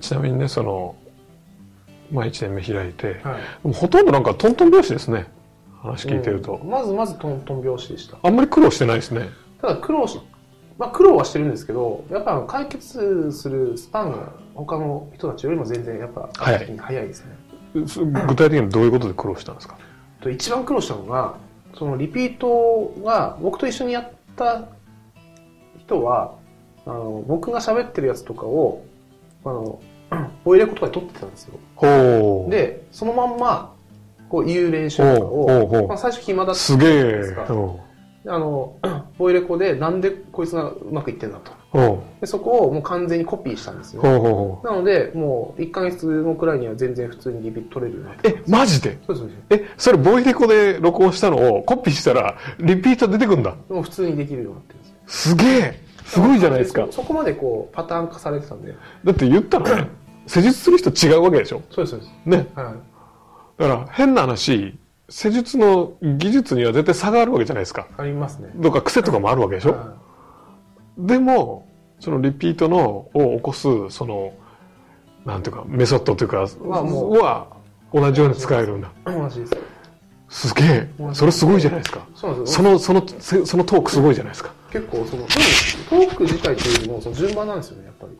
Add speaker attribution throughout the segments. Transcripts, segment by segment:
Speaker 1: ちなみにねその、まあ、1年目開いて
Speaker 2: はい、
Speaker 1: もうほとんどなんかトントン拍子ですね話聞いてると、
Speaker 2: うんまずまずトントン拍子でした
Speaker 1: あんまり苦労してないですね
Speaker 2: ただ苦労し、まあ、苦労はしてるんですけどやっぱ解決するスパンが他の人たちよりも全然やっぱ
Speaker 1: は
Speaker 2: 圧
Speaker 1: い
Speaker 2: 倒的に早いですね、
Speaker 1: す具体的にどういうことで苦労したんですか
Speaker 2: と一番苦労したのがそのリピートが僕と一緒にやった人はあの僕が喋ってるやつとかをあの ボイレコとかで撮ってたんですよ
Speaker 1: ほう
Speaker 2: でそのまんまこう言う練習
Speaker 1: ほう
Speaker 2: とかを、
Speaker 1: ほう
Speaker 2: ま
Speaker 1: ほ
Speaker 2: あ、最初暇だ
Speaker 1: う
Speaker 2: った
Speaker 1: すげえ
Speaker 2: ですか
Speaker 1: うん
Speaker 2: あの ボイレコでなんでこいつがうまくいってんだと
Speaker 1: ほうほ
Speaker 2: でそこをもう完全にコピーしたんです
Speaker 1: う
Speaker 2: よ
Speaker 1: ほうほう
Speaker 2: なのでもう1ヶ月後くらいには全然普通にリピート取れるようになって
Speaker 1: えマジで
Speaker 2: そうですそうです
Speaker 1: えそれボイレコで録音したのをコピーしたらリピート出てくんだ
Speaker 2: もう普通にできるようになってるんですよ
Speaker 1: すげえすごいじゃないですか
Speaker 2: そそこまでこうパターン化されてたんで
Speaker 1: だって言ったらね施術する人違うわけでしょ
Speaker 2: そうですそうです
Speaker 1: ね
Speaker 2: はい
Speaker 1: だから変な話施術の技術には絶対差があるわけじゃないですか
Speaker 2: ありますね
Speaker 1: とか癖とかもあるわけでしょ、
Speaker 2: は
Speaker 1: でもそのリピートのを起こすそのなんていうかメソッドというか
Speaker 2: はもう
Speaker 1: は同じように使えるんだ
Speaker 2: い同じです
Speaker 1: すげえ
Speaker 2: 同じ
Speaker 1: それすごいじゃないですか
Speaker 2: そうなんです
Speaker 1: そ
Speaker 2: よ
Speaker 1: のそのせそのトークすごいじゃないですか
Speaker 2: 結構そのトーク自体というよりもその順番なんですよねやっぱり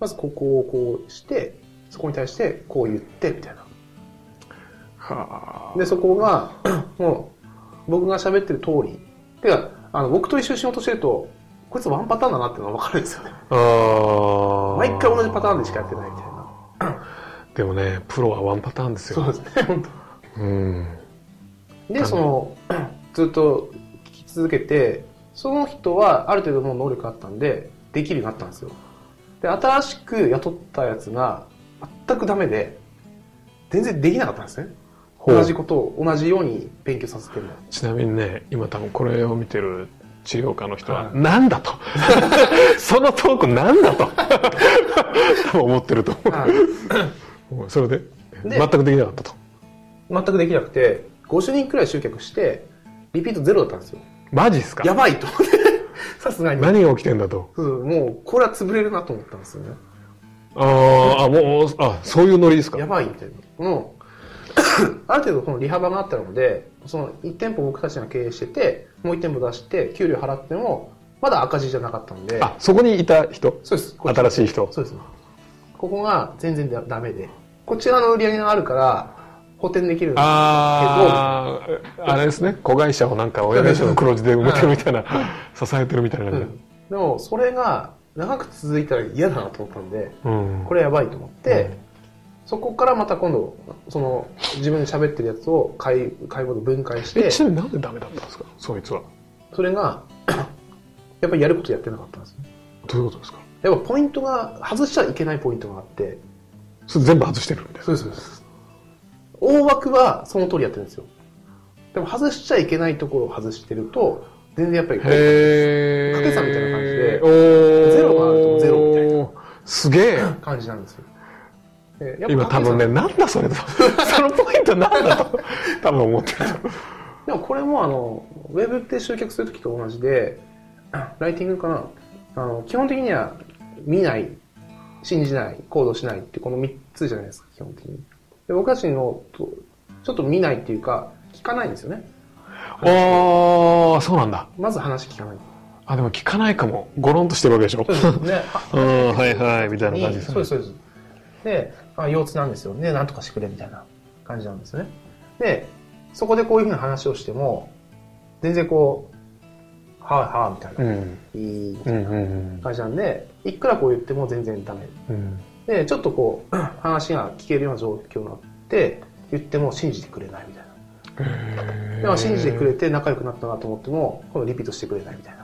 Speaker 2: まずここをこうしてそこに対してこう言ってみたいな
Speaker 1: は
Speaker 2: でそこが もう僕が喋ってる通りてかあの僕と一緒に仕事してるとこいつワンパターンだなっていうのが分かるんですよね
Speaker 1: あー
Speaker 2: 毎回同じパターンでしかやってないみたいな
Speaker 1: でもねプロはワンパターンですよ
Speaker 2: そうですね本当
Speaker 1: うん
Speaker 2: でその ずっと聞き続けてその人はある程度もう能力あったんでできるようになったんですよで新しく雇ったやつが全くダメで全然できなかったんですね
Speaker 1: ほう
Speaker 2: 同じことを同じように勉強させて も
Speaker 1: ちなみにね今多分これを見てる治療家の人は、
Speaker 2: はい
Speaker 1: なんだ とそのトークなん だと多分思ってると思う
Speaker 2: はい
Speaker 1: もうそれで
Speaker 2: で
Speaker 1: 全くできなかったと
Speaker 2: 全くできなくて50人くらい集客してリピートゼロだったんですよ
Speaker 1: マジっす
Speaker 2: や
Speaker 1: か
Speaker 2: ばいと 思ってさすがに
Speaker 1: 何が起きてんだと
Speaker 2: うんもうこれは潰れるなと思ったんですよね
Speaker 1: あーあもうあそういうノリですか
Speaker 2: やばいみたいなこの ある程度この利幅があったのでその1店舗僕たちが経営しててもう1店舗出して給料払ってもまだ赤字じゃなかったんで
Speaker 1: あそこにいた人
Speaker 2: そうですこっち
Speaker 1: 新しい人
Speaker 2: そうですここが全然ダメでこちらの売り上げがあるから補填できるんです
Speaker 1: あああれですね子会社をなんか親会社の黒字で埋めてるみたいな支えてるみたいな
Speaker 2: う
Speaker 1: 感じ
Speaker 2: ん、でもそれが長く続いたら嫌だなと思ったんで
Speaker 1: うん
Speaker 2: これやばいと思って、
Speaker 1: うん
Speaker 2: そこからまた今度その自分で喋ってるやつを解解剖で分解し
Speaker 1: え
Speaker 2: て
Speaker 1: ちなみになんでダメだったんですかそいつは
Speaker 2: それが やっぱりやることやってなかったんですね
Speaker 1: どういうことですか
Speaker 2: やっぱポイントが外しちゃいけないポイントがあって
Speaker 1: それ全部外してるみたいな
Speaker 2: そうですそうです大枠はその通りやってるんですよでも外しちゃいけないところを外してると全然やっぱりこう
Speaker 1: へえ
Speaker 2: 掛け算みたいな感じで
Speaker 1: おー
Speaker 2: ゼロがあるとゼロみたい
Speaker 1: すげえ
Speaker 2: 感じなんですよでやっぱ
Speaker 1: 今多分ねなんだそれと そのポイントなんだと多分思ってる
Speaker 2: でもこれもあのウェブって集客するときと同じで ライティングかなあの基本的には見ない信じない行動しないってこの3つじゃないですか基本的にで僕たちのとちょっと見ないっていうか聞かないんですよね
Speaker 1: ああそうなんだ
Speaker 2: まず話聞か ない
Speaker 1: あでも聞かないかもゴロンとしてるわけでしょ
Speaker 2: そうですね
Speaker 1: うんはいはいみたいな感じ
Speaker 2: にそうですそうですであ腰痛なんですよねなんとかしてくれみたいな感じなんですねでそこでこういうふうな話をしても全然こうはいはいみたいな、
Speaker 1: うん
Speaker 2: いいみたいな
Speaker 1: うんうん
Speaker 2: 会社なんで、いくらこう言っても全然ダメ。
Speaker 1: うん
Speaker 2: で、ちょっとこう、 話が聞けるような状況になって、言っても信じてくれないみたいな。でも信じてくれて仲良くなったなと思っても、今度リピートしてくれないみたい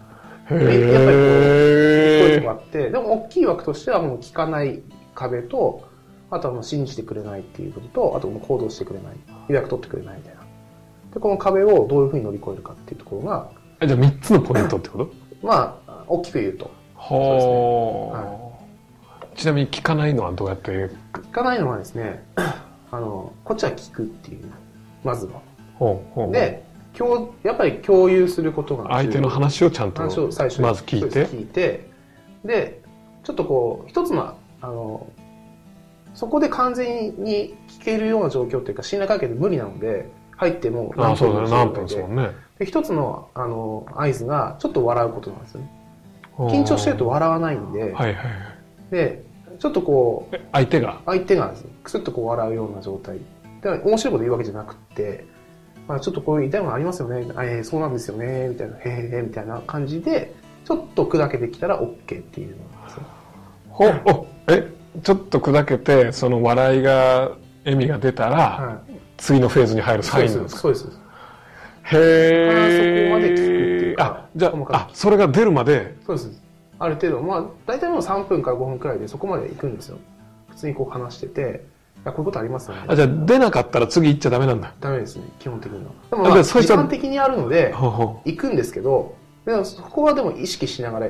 Speaker 2: な。でやっぱりこうこういうのがあって、でも大きい枠としてはもう聞かない壁と、あとはもう信じてくれないっていうことと、あともう行動してくれない。予約取ってくれないみたいな。で、この壁をどういうふうに乗り越えるかっていうところが、
Speaker 1: えじゃあ3つのポイントってこと
Speaker 2: まあ、大きく言うと。
Speaker 1: ほ
Speaker 2: そうです
Speaker 1: ーちなみに聞かないのはどうやって
Speaker 2: 聞かないのはですね、 あの、こっちは聞くっていう、まずは。
Speaker 1: ほうほうほう
Speaker 2: で、共やっぱり共有することが
Speaker 1: 相手の話をちゃんとま
Speaker 2: 話
Speaker 1: ず
Speaker 2: を最初に
Speaker 1: 聞い
Speaker 2: そうで
Speaker 1: て
Speaker 2: す聞いてでちょっとこう一つのあのそこで完全に聞けるような状況っていうか、信頼関係で無理なので、入っても
Speaker 1: ああ、そうだね。何
Speaker 2: も
Speaker 1: 分で
Speaker 2: し
Speaker 1: す
Speaker 2: れな
Speaker 1: も
Speaker 2: い
Speaker 1: んね。
Speaker 2: で、一つの、あの、合図が、ちょっと笑うことなんですよね。
Speaker 1: うん
Speaker 2: 緊張してると笑わないんで、
Speaker 1: はいはいはい。
Speaker 2: で、ちょっとこう、
Speaker 1: え相手が。
Speaker 2: 相手がですねくすっとこう笑うような状態。だから、面白いこと言うわけじゃなくって、まあ、ちょっとこういう痛いものありますよね。あえーそうなんですよね。みたいな、へーへーみたいな感じで、ちょっと砕けてきたら OK っていうのなんですよ
Speaker 1: ほ、お、え、ちょっと砕けて、その笑いが、笑みが出たら、
Speaker 2: はい。
Speaker 1: 次のフェーズに入るサイン
Speaker 2: そ
Speaker 1: な
Speaker 2: うんで
Speaker 1: です
Speaker 2: す。
Speaker 1: か。
Speaker 2: そうです。そうです
Speaker 1: へえ。
Speaker 2: そこまで聞くっていうか
Speaker 1: あ、じゃ
Speaker 2: 細かく
Speaker 1: あ、あ、それが出るまで、
Speaker 2: そうです。ある程度、まあ、大体もう3分から5分くらいでそこまで行くんですよ。普通にこう話してて、いやこういうことありますよ
Speaker 1: あ、
Speaker 2: ね。
Speaker 1: じゃあ出なかったら次行っちゃダメなんだ。
Speaker 2: ダメですね、基本的には。で
Speaker 1: あ
Speaker 2: も、ま
Speaker 1: で
Speaker 2: あ、
Speaker 1: もそい
Speaker 2: 時
Speaker 1: つは
Speaker 2: 間的にあるので、
Speaker 1: ほうほ
Speaker 2: 行くんですけど、でもそこはでも意識しながら、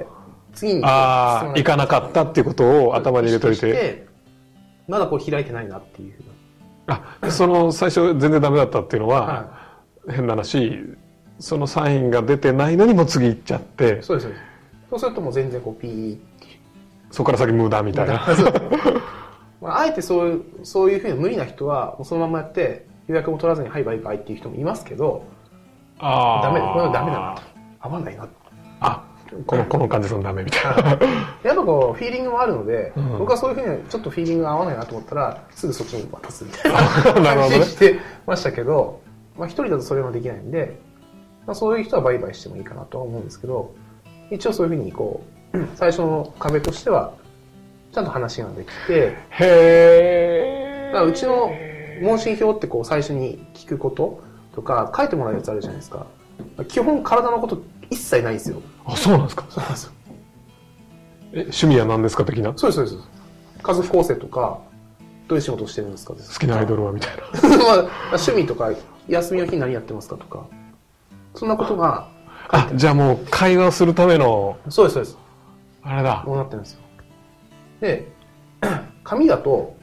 Speaker 2: 次に
Speaker 1: う。ああ、行かなかったっていうことを
Speaker 2: た
Speaker 1: 頭に入れといて。
Speaker 2: まだこう開いてないなっていう。
Speaker 1: あ、その最初全然ダメだったっていうのは、
Speaker 2: は
Speaker 1: 変な話、そのサインが出てないのにもう次行っちゃっ
Speaker 2: い。、そう
Speaker 1: て
Speaker 2: です、そうです。そうするともう全然こうピー
Speaker 1: そこから先無駄みた いな。
Speaker 2: まあ、あえてそういう、そういうふうに無理な人は、もうそのままやって、予約も取らずに、はい、バイバイっていう人もいますけど、
Speaker 1: あー
Speaker 2: ダメ、これはダメだな。合わないな。
Speaker 1: あ、この、この感じのダメみたいな。
Speaker 2: やっぱこう、フィーリングもあるので、
Speaker 1: うん
Speaker 2: 僕はそういうふうに、ちょっとフィーリングが合わないなと思ったら、すぐそっちに渡すみたいな
Speaker 1: なる
Speaker 2: 感
Speaker 1: ほど
Speaker 2: じ
Speaker 1: ね
Speaker 2: に。してましたけど、まあ一人だとそれもできないんで、まあそういう人はバイバイしてもいいかなとは思うんですけど、一応そういうふうにこう、 最初の壁としては、ちゃんと話ができて、
Speaker 1: へ
Speaker 2: だ
Speaker 1: え。
Speaker 2: からうちの問診票ってこう最初に聞くこととか書いてもらうやつあるじゃないですか。基本体のこと一切ないんですよ。
Speaker 1: あ、そうなんですか。
Speaker 2: そうなんですよ。
Speaker 1: え、趣味は何ですか的な。好
Speaker 2: そうです、そうです。家族構成とか、どういう仕事をしてるんですか好
Speaker 1: きなアイド
Speaker 2: ル。
Speaker 1: ルはみたい な。
Speaker 2: まあ趣味とか、休みの日何やってますかとか、そんなことが、
Speaker 1: あ、じゃあもう会話をするための、
Speaker 2: そうです、そうです。
Speaker 1: あれだ。
Speaker 2: こうなってるんですよ。で、 紙だと、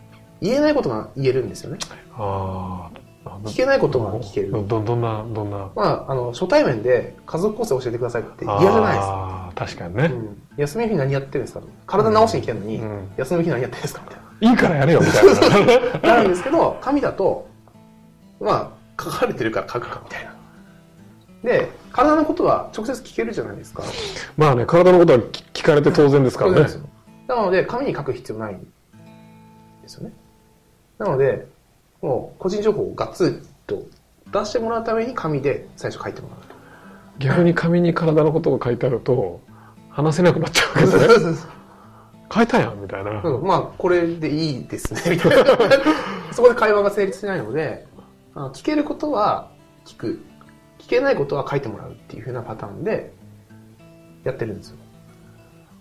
Speaker 2: 言えないことが言えるんですよね。
Speaker 1: ああ。
Speaker 2: 聞けないことが聞ける。
Speaker 1: ど、どんな、どんな。
Speaker 2: まあ、あの、初対面で家族構成教えてくださいって嫌じゃないですか。
Speaker 1: あー確かにね。
Speaker 2: うん休みの日何やってるんですか体直しに来てるのに、
Speaker 1: うん
Speaker 2: 休みの日何やってるんですかみたい
Speaker 1: いいからやれよみたいな。
Speaker 2: な。なるんですけど、紙だと、まあ、書かれてるから書くかみたいな。で、体のことは直接聞けるじゃないですか。
Speaker 1: まあね、体のことは聞聞かれて当然ですか
Speaker 2: そう
Speaker 1: ら
Speaker 2: で
Speaker 1: ね
Speaker 2: す。よなので、紙に書く必要ないんですよね。なので、もう個人情報をガツッと出してもらうために紙で最初書いてもらう と。
Speaker 1: 逆に紙に体のことが書いてあると、話せなくなっちゃうわけですね。書いたやんみたいな。
Speaker 2: うんまあ、これでいいですね、み たいな。そこで会話が成立しないので、あの聞けることは聞く。聞けないことは書いてもらうっていうふうなパターンでやってるんですよ。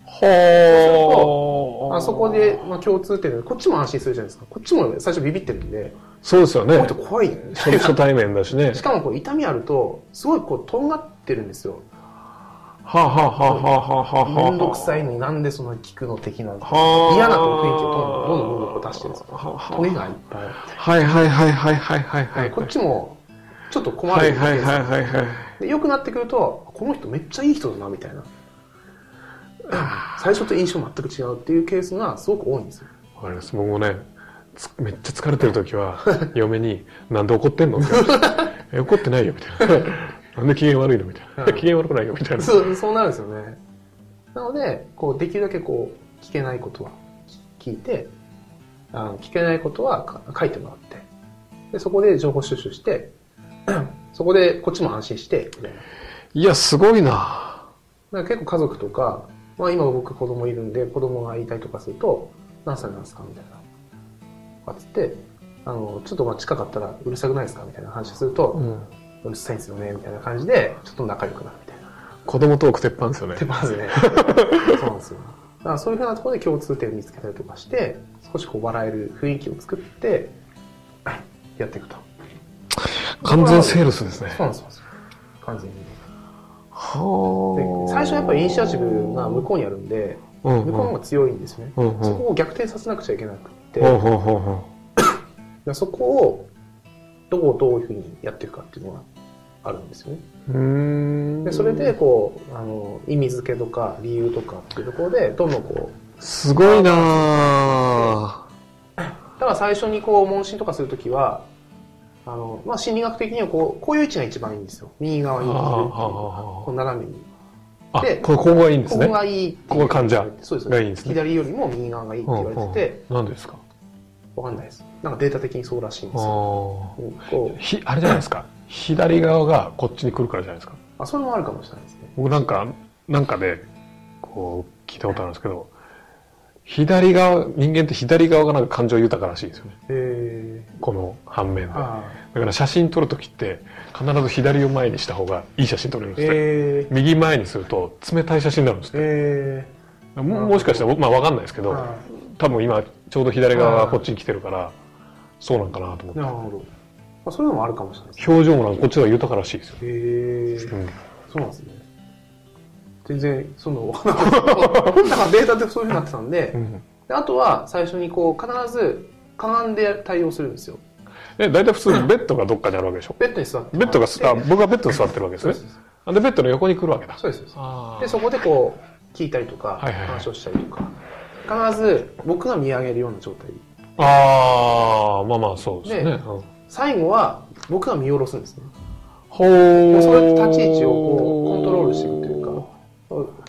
Speaker 1: ほ
Speaker 2: あそこで、まあ、共通点で、こっちも安心するじゃないですか。こっちも最初ビビってるんで、
Speaker 1: そうですよ
Speaker 2: こういう
Speaker 1: ね
Speaker 2: 人怖い。
Speaker 1: 初初対面だしね
Speaker 2: しかもこう痛みあると、すごいこう、とんがってるんですよ。
Speaker 1: はあ、はあはあはあはあはあ
Speaker 2: めんどくさいのになんでその聞くの的な、
Speaker 1: はあ
Speaker 2: 嫌なこう雰囲気をどんどんどんどんどんこう出してるんですよ。
Speaker 1: はあはあ
Speaker 2: トゲがいっぱいあって
Speaker 1: はいはいはいはいはいはいはい
Speaker 2: こっちも、ちょっと困
Speaker 1: は
Speaker 2: る
Speaker 1: い
Speaker 2: んです
Speaker 1: はい
Speaker 2: よ
Speaker 1: はいはいはい
Speaker 2: で良くなってくると、この人めっちゃいい人だな、みたいな。最初と印象全く違うっていうケースがすごく多いんですよ。
Speaker 1: わかります僕もねつめっちゃ疲れてる時は 嫁に「なんで怒ってんの?」って言われてえ「怒ってないよ」みたいな「なんで機嫌悪いの?」みたいな
Speaker 2: う
Speaker 1: 「
Speaker 2: ん
Speaker 1: 機嫌悪くないよ」みたいな
Speaker 2: そう、そうなるんですよね。なので、こう、できるだけこう、聞けないことは聞いて、あの聞けないことはか書いてもらって、でそこで情報収集して、 そこでこっちも安心して、みたいな。
Speaker 1: いやすごいな
Speaker 2: だから結構家族とか、まあ今僕子供いるんで、子供が言いたいとかすると、何歳なんですかみたいな。とかつって、あの、ちょっとまあ近かったらうるさくないですかみたいな話すると、
Speaker 1: うん
Speaker 2: うるさいんですよねみたいな感じで、ちょっと仲良くなるみたいな。
Speaker 1: 子供トーク鉄板ですよね
Speaker 2: で、まずね。そうなんですよ。だからそういうふうなところで共通点を見つけたりとかして、少しこう笑える雰囲気を作って、やっていくと。
Speaker 1: 完全セールスですね
Speaker 2: そうなんですよ。完全に。で
Speaker 1: はあ
Speaker 2: 最初はやっぱりイニシアチブが向こうにあるんで、
Speaker 1: うんうん
Speaker 2: 向こうの方が強いんですね。
Speaker 1: うんうん
Speaker 2: そこを逆転させなくちゃいけなくって、
Speaker 1: ほうほうほうほう
Speaker 2: そこをどうどういうふうにやっていくかっていうのがあるんですよね。
Speaker 1: うーん
Speaker 2: でそれでこうあの意味付けとか理由とかっていうところでどんどんこう
Speaker 1: すごいなあ
Speaker 2: だただ最初にこう問診とかするときはあの、まあ、心理学的にはこうこういう位置が一番いいんですよ右側にいるっていう
Speaker 1: ああ
Speaker 2: こう斜めに
Speaker 1: あ、
Speaker 2: で
Speaker 1: こここがいいんです
Speaker 2: こ
Speaker 1: ね。
Speaker 2: こがいいっていう
Speaker 1: ここが患者
Speaker 2: そうです
Speaker 1: がいいんですね
Speaker 2: 左よりも右側がいいって言われてて、
Speaker 1: うんうん何ですか
Speaker 2: わかんないですなんかデータ的にそうらしいん
Speaker 1: あ
Speaker 2: ですよ、
Speaker 1: ー
Speaker 2: うんこう
Speaker 1: ひあれじゃないですか。左側がこっちに来るからじゃないですか。
Speaker 2: あそれもあるかもしれないですね
Speaker 1: 僕なんか、なんかで、こう、聞いたことあるんですけど、左側、人間って左側がなんか感情豊からしいですよね。
Speaker 2: え
Speaker 1: この反面
Speaker 2: ー、
Speaker 1: で。だ
Speaker 2: ああ
Speaker 1: から写真撮るときって、必ず左を前にした方がいい写真撮れるんですね。
Speaker 2: えー、
Speaker 1: 右前にすると冷たい写真になるんですね。
Speaker 2: え
Speaker 1: ももしかしたら、まあわかんないですけ
Speaker 2: ー、
Speaker 1: ど、
Speaker 2: あ
Speaker 1: 多分今ちょうど左側がこっちに来てるからそうなんかなと
Speaker 2: あなる
Speaker 1: 思
Speaker 2: ほ
Speaker 1: っ
Speaker 2: ど、まあ、そういうのもあるかもしれないです
Speaker 1: て表情もなんかこっちの方が豊からしいですよ、
Speaker 2: へえー、
Speaker 1: うん
Speaker 2: そうなんですね全然そ のなんかデータってそういうふうになってたんでであとは最初にこう必ずかがんで対応するんですよ
Speaker 1: え大体普通ベッドがどっかにあるわけでしょ
Speaker 2: ベッドに座って
Speaker 1: ベッドが
Speaker 2: そ
Speaker 1: あ僕がベッドに座ってるわけです
Speaker 2: うで
Speaker 1: ね
Speaker 2: す
Speaker 1: あでベッドの横に来るわけだ
Speaker 2: そうですそうです
Speaker 1: あ
Speaker 2: でそこでこう聞いたりとか
Speaker 1: はいはいはい
Speaker 2: 話をしたりとか必ず僕が見上げるような状態
Speaker 1: あーまあまあそうですね
Speaker 2: ね
Speaker 1: うん
Speaker 2: 最後は僕が見下ろすんですね
Speaker 1: ほー
Speaker 2: そうやって立ち位置をこうコントロールしていくというか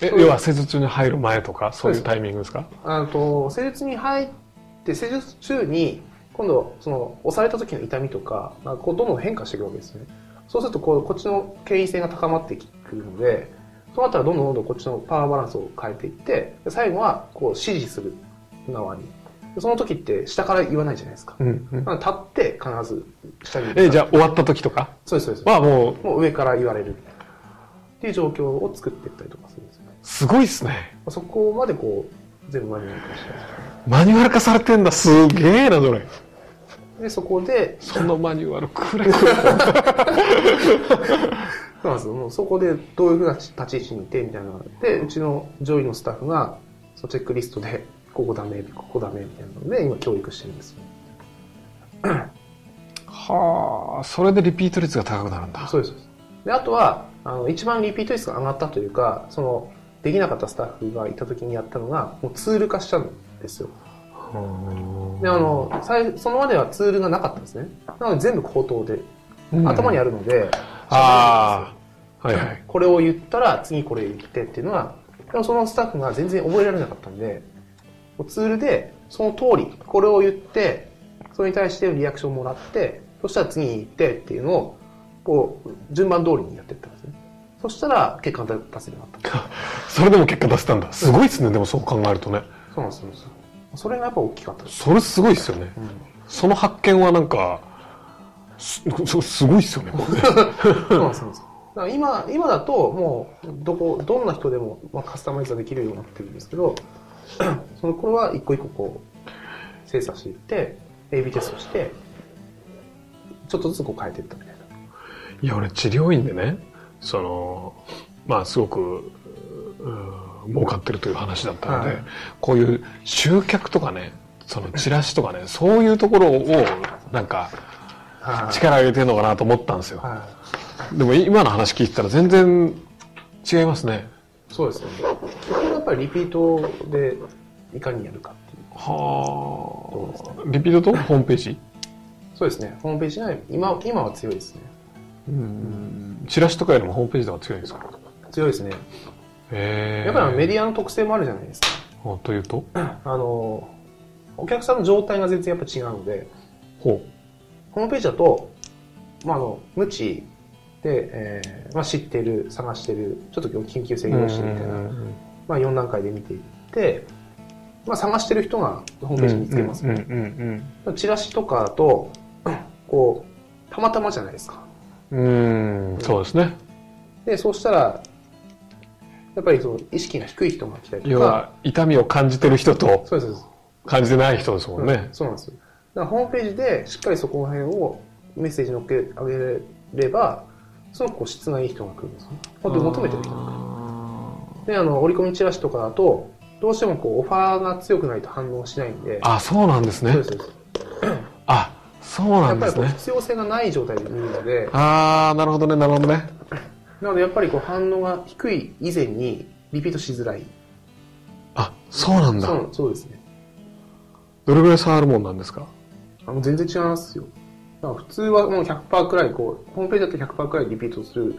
Speaker 1: え
Speaker 2: そういう
Speaker 1: 要は施術に入る前とかそういうタイミングですか
Speaker 2: あと施術に入って施術中に今度その押された時の痛みとかなんかこうどんどん変化していくわけですねそうするとこうこっちの権威性が高まってくるのでそうなったらどんどんどんどんこっちのパワーバランスを変えていってで最後はこう支持する側にでその時って下から言わないじゃないですか
Speaker 1: うんうん
Speaker 2: なので立って必ず下に
Speaker 1: えじゃあ終わった時とか
Speaker 2: そうですそうです
Speaker 1: はもう
Speaker 2: もう上から言われるみたいなっていう状況を作っていったりとかするんですよね
Speaker 1: すごいっすね
Speaker 2: まあそこまでこう全部マニュアル化して
Speaker 1: マニュアル化されてんだすげえなそれ
Speaker 2: でそこで
Speaker 1: そのマニュアルくれくれ
Speaker 2: そうなんですよ。もうそこでどういうふうな立ち位置にいてみたいなのがあって、うちの上位のスタッフが、そのチェックリストで、ここダメ、ここダメみたいなので、今教育してるんですよ。
Speaker 1: はあそれでリピート率が高くなるんだ
Speaker 2: そうですそうです。で、あとは、あの、一番リピート率が上がったというか、その、できなかったスタッフがいた時にやったのが、もうツール化したんですよ。で、あの、最そのまではツールがなかったんですね。なので全部口頭で、頭に
Speaker 1: ある
Speaker 2: あるので、
Speaker 1: ああはいはい
Speaker 2: これを言ったら次これ言ってっていうのはでもそのスタッフが全然覚えられなかったんでもうツールでその通りこれを言ってそれに対してリアクションもらってそしたら次に行ってっていうのをこう順番通りにやっていったんですねそしたら結果が出せるようになっ
Speaker 1: それでも結果出せたんだすごいっすねでもそう考えるとね
Speaker 2: たそうなんですよそれがやっぱ大きかったです、
Speaker 1: それすごいっすよねその発見はなんかす すすごいっすよね
Speaker 2: そうなんですそうなんですだから今今だともうどこどんな人でも、まあ、カスタマイズができるようになってるんですけど そのこれは一個一個こう精査していって AB テストしてちょっとずつこう変えていったみたいない
Speaker 1: や俺治療院でねそのまあすごくうー儲かってるという話だったので、
Speaker 2: はい
Speaker 1: こういう集客とかねそのチラシとかねそういうところをなんか
Speaker 2: は
Speaker 1: 力入れてるのかなと思ったんですよ
Speaker 2: は
Speaker 1: でも今の話聞いてたら全然違いますね
Speaker 2: いそうですよねそこがやっぱりリピートでいかにやるかっていう
Speaker 1: は
Speaker 2: そ
Speaker 1: あリピートとホームページ
Speaker 2: そうですねホームページが今今は強いですね
Speaker 1: チラシとかよりもホームページとか強いんですか
Speaker 2: 強いですね
Speaker 1: へえ
Speaker 2: やっぱりあのメデ
Speaker 1: ィ
Speaker 2: ィアの特性もあるじゃないですか
Speaker 1: アというと
Speaker 2: あのお客さんの状態が全然やっぱ違うので
Speaker 1: ほ
Speaker 2: ホームページだと、まあ、あの無知で、えーまあ、知ってる探してるちょっと緊急性
Speaker 1: う
Speaker 2: 要視みたいな、まあ、4段階で見ていって、まあ、探してる人がホームページ見つけます、
Speaker 1: うんうんうん
Speaker 2: チラシとかだと こうたまたまじゃないですか
Speaker 1: うーん、そうですね。
Speaker 2: でそうしたらやっぱりその意識が低い人が来たり
Speaker 1: 要
Speaker 2: とか
Speaker 1: は、痛みを感じてる人と
Speaker 2: そうですそうです
Speaker 1: 感じてない人ですもん
Speaker 2: うん
Speaker 1: ね。
Speaker 2: そうなんですよだからホームページでしっかりそこら辺をメッセージ乗っけあげればすごくこう質がいい人が来るんですよ本当に求めてる人であの折り込みチラシとかだとどうしてもこうオファーが強くないと反応しないんで
Speaker 1: あ、そうなんです
Speaker 2: そう
Speaker 1: ね
Speaker 2: で。すそうです
Speaker 1: あ、そうな
Speaker 2: やっ
Speaker 1: ん
Speaker 2: ぱ
Speaker 1: で
Speaker 2: り
Speaker 1: す
Speaker 2: こう
Speaker 1: ね。
Speaker 2: 必要性がない状態で見るので
Speaker 1: あー、なるほどね、なるほどね。
Speaker 2: なのでやっぱりこう反応が低い以前にリピートしづらい
Speaker 1: あ、そうなん
Speaker 2: そ
Speaker 1: だ。
Speaker 2: うそうですね
Speaker 1: どれぐらい触るもんなんですか
Speaker 2: あもう全然違いますよ。だから普通はもう100%くらい、こう、ホームページだと100%くらいリピートする。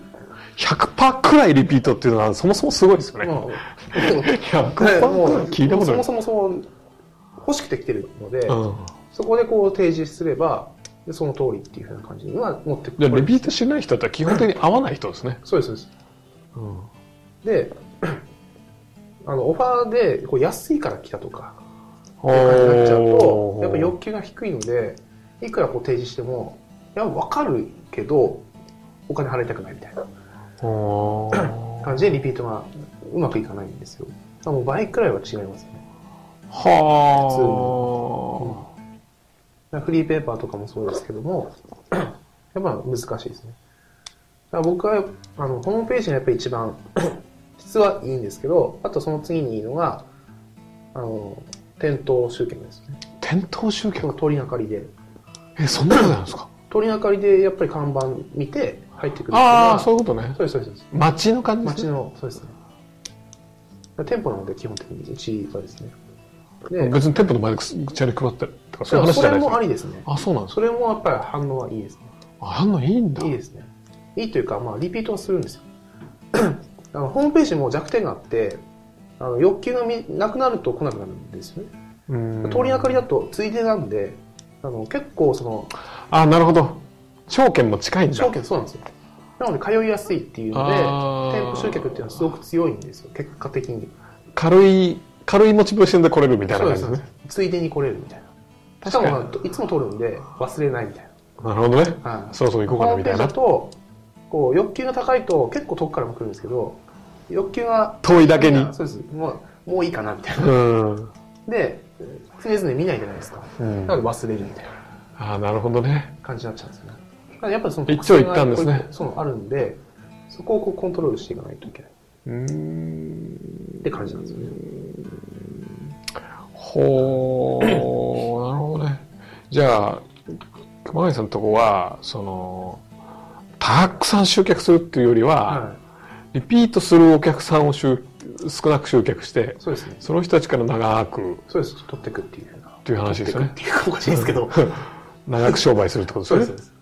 Speaker 1: 100%くらいリピートっていうのはそもそもすごいですよね。
Speaker 2: まあ、
Speaker 1: 100%く
Speaker 2: で
Speaker 1: らい
Speaker 2: もう
Speaker 1: 聞いたことない。
Speaker 2: そもそもそう欲しくて来てるので、
Speaker 1: うん、
Speaker 2: そこでこう提示すれば、でその通りっていうふうな感じには持ってく
Speaker 1: じゃあ、レ
Speaker 2: る。
Speaker 1: ピートしない人って基本的に合わない人ですね。
Speaker 2: そうです、そうです。
Speaker 1: うん
Speaker 2: で、 あの、オファーでこう安いから来たとか、
Speaker 1: お
Speaker 2: って感じになっちゃうと
Speaker 1: ー、
Speaker 2: やっぱ欲求が低いので、いくらこう提示しても、いや、わかるけど、お金払いたくないみたいな
Speaker 1: おー
Speaker 2: 感じでリピートがうまくいかないんですよ。だからもう倍くらいは違いますよね。だか
Speaker 1: はあ、
Speaker 2: らフリーペーパーとかもそうですけども、 やっぱ難しいですね。だから僕は、あの、ホームページがやっぱり一番、 質はいいんですけど、あとその次にいいのが、あの、店頭集客ですね。
Speaker 1: 店頭集
Speaker 2: そ
Speaker 1: 客
Speaker 2: の通りがかりで。
Speaker 1: え、そんなことなんですか
Speaker 2: 通りがかりでやっぱり看板見て入ってくるっていうのは
Speaker 1: ああ、そういうことね。
Speaker 2: そうです、そうですそうです。
Speaker 1: 街の感じです
Speaker 2: 街
Speaker 1: ね。
Speaker 2: の、そうですね。店舗なので、基本的にうちはですね。で、
Speaker 1: 別に店舗の前で口チャリ配ってるとか、そういう話
Speaker 2: そ
Speaker 1: じゃ
Speaker 2: れ
Speaker 1: ないです
Speaker 2: もあ
Speaker 1: ね。
Speaker 2: りですね。
Speaker 1: あ、そうなんですか。
Speaker 2: それもやっぱり反応はいいですね。
Speaker 1: あ、あんのいいんだ。
Speaker 2: いいですね。いいというか、まあ、リピートはするんですよ。 あのホームページも弱点があって、あの欲求がみなくなると来なくなるんですよね。
Speaker 1: うん
Speaker 2: 通りがかりだと、ついでなんで、あの結構その、
Speaker 1: あ、なるほど。証券も近いんだ。
Speaker 2: 証券そうなんですよ。なので、通いやすいっていうので、
Speaker 1: あー
Speaker 2: 店舗集客っていうのはすごく強いんですよ、結果的に。
Speaker 1: 軽い、軽いモチベーションで来れるみたい
Speaker 2: そ
Speaker 1: な
Speaker 2: うです
Speaker 1: 感じ
Speaker 2: そ
Speaker 1: で
Speaker 2: うです
Speaker 1: ね。
Speaker 2: ついでに来れるみたいな。しか
Speaker 1: 確かに
Speaker 2: も、いつも通るんで、忘れないみたい
Speaker 1: なるほどね。
Speaker 2: な。はい
Speaker 1: そろそろ行こうかなみた
Speaker 2: ホームペ
Speaker 1: い
Speaker 2: ージだ
Speaker 1: な。
Speaker 2: と、こう、欲求が高いと、結構遠くからも来るんですけど、欲求が、
Speaker 1: 遠いだけに。
Speaker 2: そうです。もう、もういいかな、みた いな。
Speaker 1: うん。
Speaker 2: で、常々見ないじゃないですか。
Speaker 1: うん
Speaker 2: なので忘れるみたいな
Speaker 1: あ、なるほどね。
Speaker 2: 感じになっちゃうんですよね。だからやっぱりその
Speaker 1: 一長一短で
Speaker 2: 特
Speaker 1: すね
Speaker 2: 性がこうそうあるんで、そこをこうコントロールしていかないといけない
Speaker 1: うん。
Speaker 2: って感じなんですよね。
Speaker 1: ほー、なるほどね。じゃあ、熊谷さんのとこは、その、たくさん集客するっていうよりは、
Speaker 2: は
Speaker 1: リピートするお客さんを集少なく集客して
Speaker 2: い。、そうですね。
Speaker 1: その人たちから長く、
Speaker 2: そうです。取っていくっていうふうな。
Speaker 1: という話ですよね
Speaker 2: 取っていくっていうかおかしいですけど。
Speaker 1: 長く商売するってこと
Speaker 2: そう
Speaker 1: で
Speaker 2: ですすそ
Speaker 1: よ
Speaker 2: う
Speaker 1: ね
Speaker 2: で。す。